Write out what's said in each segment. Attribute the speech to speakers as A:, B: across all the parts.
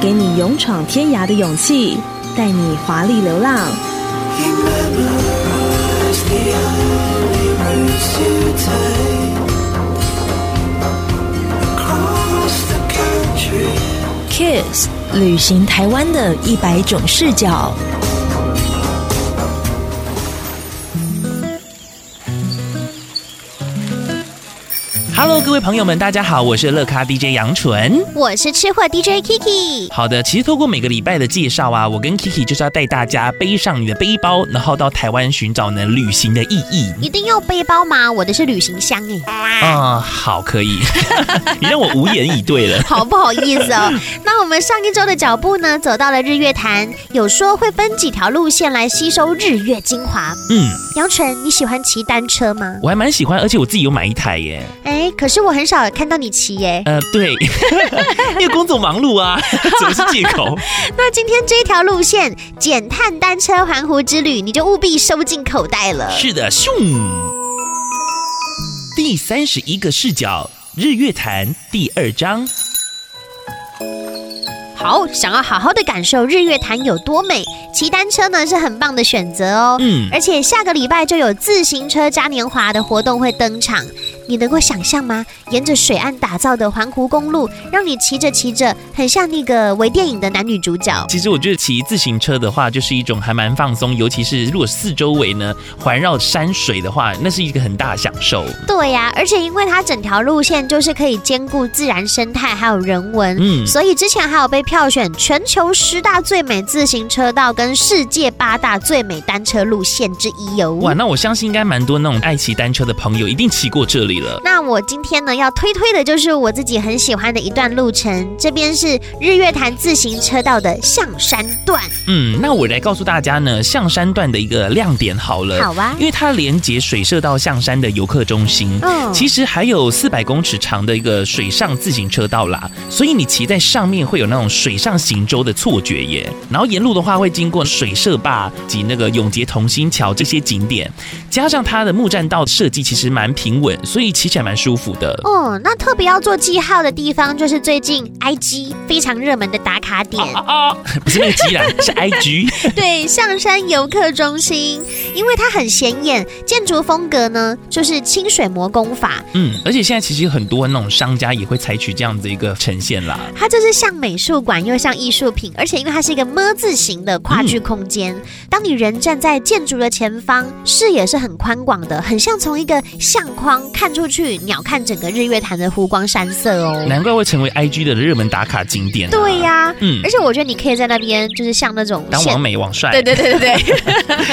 A: 给你勇闯天涯的勇气，带你华丽流浪。Kiss 旅行台湾的一百种视角。
B: Hello，各位朋友们，大家好，我是乐咖 DJ 杨纯。
C: 我是吃货 DJ Kiki。
B: 好的，其实透过每个礼拜的介绍啊，我跟 Kiki 就是要带大家背上你的背包，然后到台湾寻找呢旅行的意义。
C: 一定要背包吗？我的是旅行箱哎、
B: 啊、好，可以， 你让我无言以对了。
C: 好不好意思 哦？那我们上一周的脚步呢，走到了日月潭，有说会分几条路线来吸收日月精华。
B: 嗯，
C: 杨纯，你喜欢骑单车吗？
B: 我还蛮喜欢，而且我自己有买一台耶。
C: 哎，可是我很少看到你骑耶。
B: 呃，对， 因为工作忙碌啊， 总是借口。
C: 那今天这条路线——减碳单车环湖之旅，你就务必收进口袋了。
B: 是的，咻！第三十一个视角，日月潭第二章。
C: 好，想要好好的感受日月潭有多美，骑单车呢是很棒的选择哦。
B: 嗯，
C: 而且下个礼拜就有自行车嘉年华的活动会登场，你能够想象吗？沿着水岸打造的环湖公路，让你骑着骑着，很像那个微电影的男女主角。
B: 其实我觉得骑自行车的话，就是一种还蛮放松，尤其是如果四周围呢环绕山水的话，那是一个很大的享受。
C: 对呀、而且因为它整条路线就是可以兼顾自然生态还有人文，
B: 嗯
C: 所以之前还有被票选全球十大最美自行车道跟世界八大最美单车路线之一哦哟、
B: 哇，那我相信应该蛮多那种爱骑单车的朋友一定骑过这里了。
C: 那我今天呢要推推的就是我自己很喜欢的一段路程，这边是日月潭自行车道的象山段。
B: 嗯，那我来告诉大家呢，象山段的一个亮点好了，
C: 好啊
B: 因为它连接水社到象山的游客中心，
C: 嗯
B: 其实还有四百公尺长的一个水上自行车道啦，所以你骑在上面会有那种水上行舟的错觉耶。然后沿路的话会经过水社坝及那个永捷同心桥这些景点，加上它的木栈道设计其实蛮平稳，所以骑起来蛮舒服的。
C: 哦，那特别要做记号的地方就是最近 IG 非常热门的打 卡点，
B: 啊啊！不是那个机啦，是 IG。
C: 对象山游客中心，因为它很显眼，建筑风格呢就是清水模工法，
B: 嗯，而且现在其实很多那种商家也会采取这样的一个呈现啦。
C: 它就是像美术馆又像艺术品，而且因为它是一个么字形的跨距空间，当你人站在建筑的前方，视野是很宽广的，很像从一个相框看出去，鸟瞰整个日月潭的湖光山色哦。
B: 难怪会成为 IG 的热门打卡景点、
C: 对、呀、
B: 嗯
C: 而且我觉得你可以在那边就是像那种
B: 当
C: 现
B: 王美王帅。
C: 对对对对对，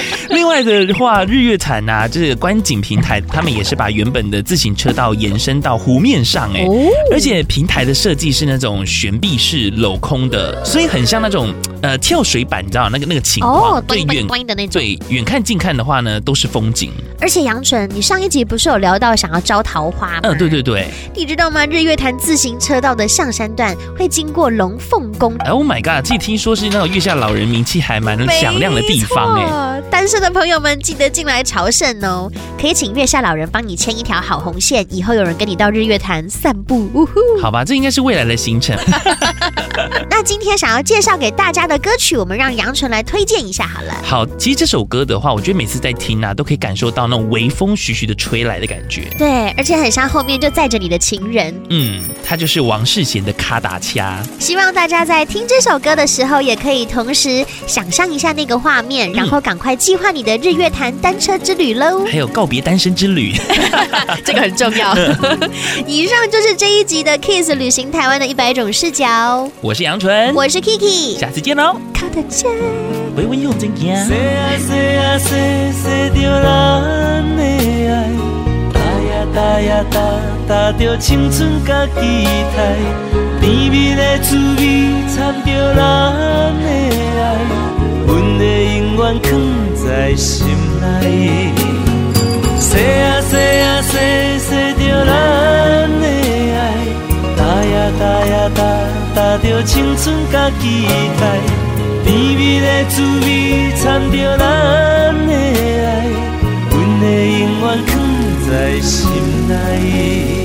B: 另外的话，日月潭啊，这个观景平台，他们也是把原本的自行车道延伸到湖面上、 哎、
C: 哦
B: 而且平台的设计是那种悬臂式镂空的，所以很像那种呃跳水板，你知道那个那个情况。
C: 哦，
B: 对远
C: 的那种。
B: 对远看近看的话呢，都是风景。
C: 而且杨纯，你上一集不是有聊到想要招桃花吗？
B: 嗯、对对对。
C: 你知道吗？日月潭自行车道的象山段会经过龙凤宫
B: Oh my god！这听说是那种月下老人名气还蛮响亮的地方哎、
C: 哎。单身的朋友们记得进来朝圣哦，可以请月下老人帮你牵一条好红线，以后有人跟你到日月潭散步。呜呼！
B: 好吧，这应该是未来的行程。
C: 那今天想要介绍给大家的歌曲，我们让杨纯来推荐一下好了。
B: 好，其实这首歌的话，我觉得每次在听啊，都可以感受到那种微风徐徐的吹来的感觉。
C: 对，而且很像后面就载着你的情人。
B: 嗯，它就是王世贤的《咔达掐
C: 希望大家在听这首歌的时候，也可以同时想象一下那个画
B: 嗯
C: 面，然后赶快计划你的日月潭单车之旅 喽》，。
B: 还有告别单身之旅。
C: 这个很重 要。以上就是这一集的 Kiss 旅行台湾的一百种视角。
B: 我是杨纯，
C: 我是 Kiki，
B: 下次见喽，
C: 靠得近。
B: 微微又怎样？
D: 世爱世爱世世着咱的爱，搭呀搭呀搭搭着青春甲期待，甜蜜的滋味掺着咱的爱，阮的永远藏在心内。细啊细啊细细着咱的爱，搭呀搭呀搭搭着青春甲期待，甜蜜的滋味掺着咱的爱，阮的永远藏在心内。